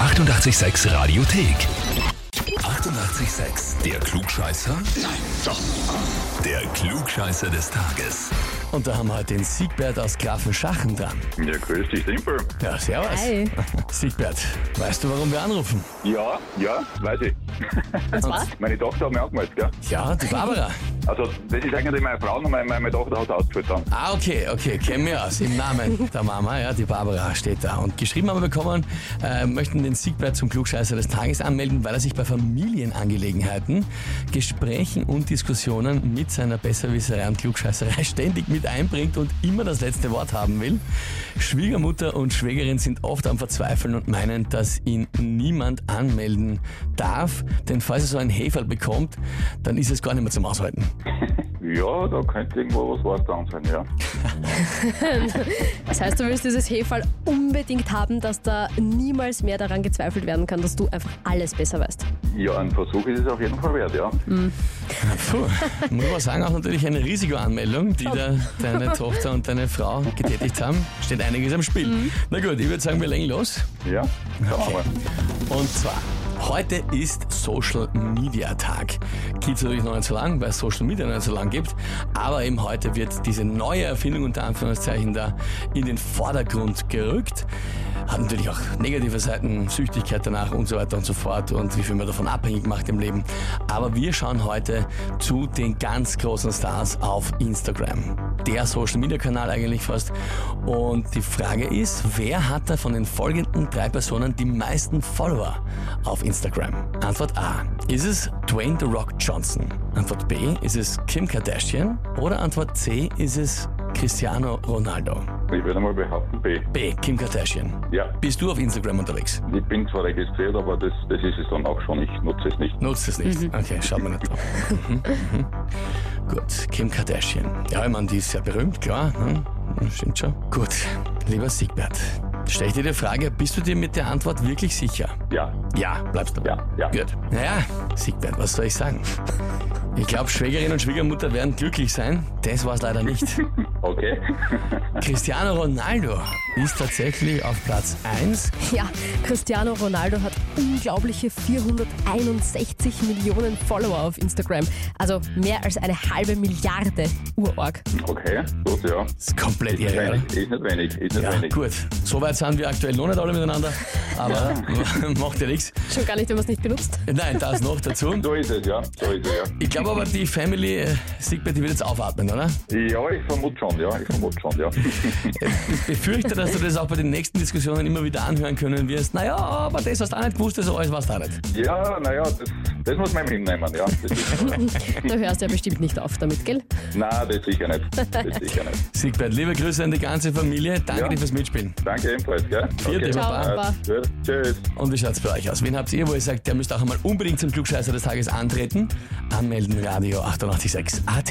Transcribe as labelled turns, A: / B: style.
A: 886 Radiothek. 88,6. Der Klugscheißer? Nein, doch. Der Klugscheißer des Tages.
B: Und da haben wir heute den Siegbert aus Grafenschachen dran.
C: Ja, grüß dich, Simple.
B: Ja, servus.
D: Hi.
B: Siegbert, weißt du, warum wir anrufen?
C: Ja, ja, weiß ich.
D: zwar?
C: meine Tochter hat mich angemeldet, gell?
B: Ja, die Barbara.
C: Also, das ist eigentlich meine Frau und meine, meine Tochter hat ausgeführt dann.
B: Ah, okay, okay, kennen wir aus. Im Namen der Mama, ja, die Barbara steht da. Und geschrieben haben wir bekommen, äh, möchten den Siegbert zum Klugscheißer des Tages anmelden, weil er sich bei Familienangelegenheiten, Gesprächen und Diskussionen mit seiner Besserwisserei und Klugscheißerei ständig mit einbringt und immer das letzte Wort haben will. Schwiegermutter und Schwägerin sind oft am Verzweifeln und meinen, dass ihn niemand anmelden darf, denn falls er so einen Heferl bekommt, dann ist es gar nicht mehr zum Aushalten.
C: Ja, da könnte irgendwo was Wahres dran sein, ja.
D: Das heißt, du willst dieses Hefall unbedingt haben, dass da niemals mehr daran gezweifelt werden kann, dass du einfach alles besser weißt.
C: Ja, ein Versuch ist es auf jeden Fall wert, ja.
B: Puh, muss man sagen, auch natürlich eine Risikoanmeldung, die da deine Tochter und deine Frau getätigt haben. Steht einiges am Spiel. Na gut, ich würde sagen, wir legen los.
C: Ja, schauen wir mal.
B: Und zwar, heute ist Social Media Tag. Gibt es natürlich noch nicht so lang, weil es Social Media noch nicht so lang gibt. Aber eben heute wird diese neue Erfindung unter Anführungszeichen da in den Vordergrund gerückt. Hat natürlich auch negative Seiten, Süchtigkeit danach und so weiter und so fort und wie viel man davon abhängig macht im Leben. Aber wir schauen heute zu den ganz großen Stars auf Instagram. Der Social Media Kanal eigentlich fast. Und die Frage ist, wer hat da von den folgenden drei Personen die meisten Follower auf Instagram? Antwort A. Ist es Dwayne The Rock Johnson? Antwort B. Ist es Kim Kardashian? Oder Antwort C. Ist es Cristiano Ronaldo?
C: Ich würde mal behaupten, B.
B: B. Kim Kardashian.
C: Ja,
B: Bist du auf Instagram unterwegs?
C: ich bin zwar registriert, aber das, das ist es dann auch schon. Ich nutze es nicht.
B: Nutzt es nicht. Okay, schaut mal nicht drauf. Mhm, mhm. Gut, Kim Kardashian. Ja, ich meine, die ist sehr berühmt, klar. Hm? Stimmt schon. Gut, lieber Siegbert, stell ich dir die Frage, bist du dir mit der Antwort wirklich sicher?
C: Ja,
B: Ja, bleibst du.
C: Ja, ja.
B: Gut. Naja, Siegbert, was soll ich sagen? Ich glaube, Schwägerin und Schwiegermutter werden glücklich sein. Das war es leider nicht.
C: okay.
B: Cristiano Ronaldo ist tatsächlich auf Platz 1
D: Ja, Cristiano Ronaldo hat unglaubliche 461 Millionen Follower auf Instagram. Also mehr als eine halbe Milliarde Urorg.
C: okay, gut, ja.
B: ist komplett
C: Ist nicht
B: irre. oder?
C: wenig, ist nicht wenig, ist nicht
B: Ja,
C: wenig.
B: gut. Soweit sind wir aktuell noch nicht alle miteinander, aber macht ja nichts.
D: Schon gar nicht, wenn man es nicht benutzt.
B: Nein, das noch dazu.
C: So ist es, ja. So ist es, ja.
B: Ich glaube aber, die Family äh, Siegbert, die wird jetzt aufatmen, oder?
C: Ja, ich vermute schon, ja. Ich vermute schon, ja.
B: Ich befürchte, dass du das auch bei den nächsten Diskussionen immer wieder anhören können wirst. Naja, aber das hast du auch nicht gewusst, also alles warst du auch nicht.
C: Ja, naja, das, das muss man ihm hinnehmen, ja. Das ist,
D: Du hörst ja bestimmt nicht auf damit, gell?
C: nein, das sicher nicht. Das sicher nicht.
B: Siegbert, liebe Grüße an die ganze Familie. Danke
C: Ja.
B: dir fürs Mitspielen.
C: Danke ebenfalls, gell?
B: Vierte
D: Ciao, Baba.
C: Also, gut, tschüss.
B: Und wie schaut's bei euch aus? Wen habt ihr, wo ihr sagt, der müsst auch einmal unbedingt zum Klugscheißer des Tages antreten? Anmelden, Radio 886 AT.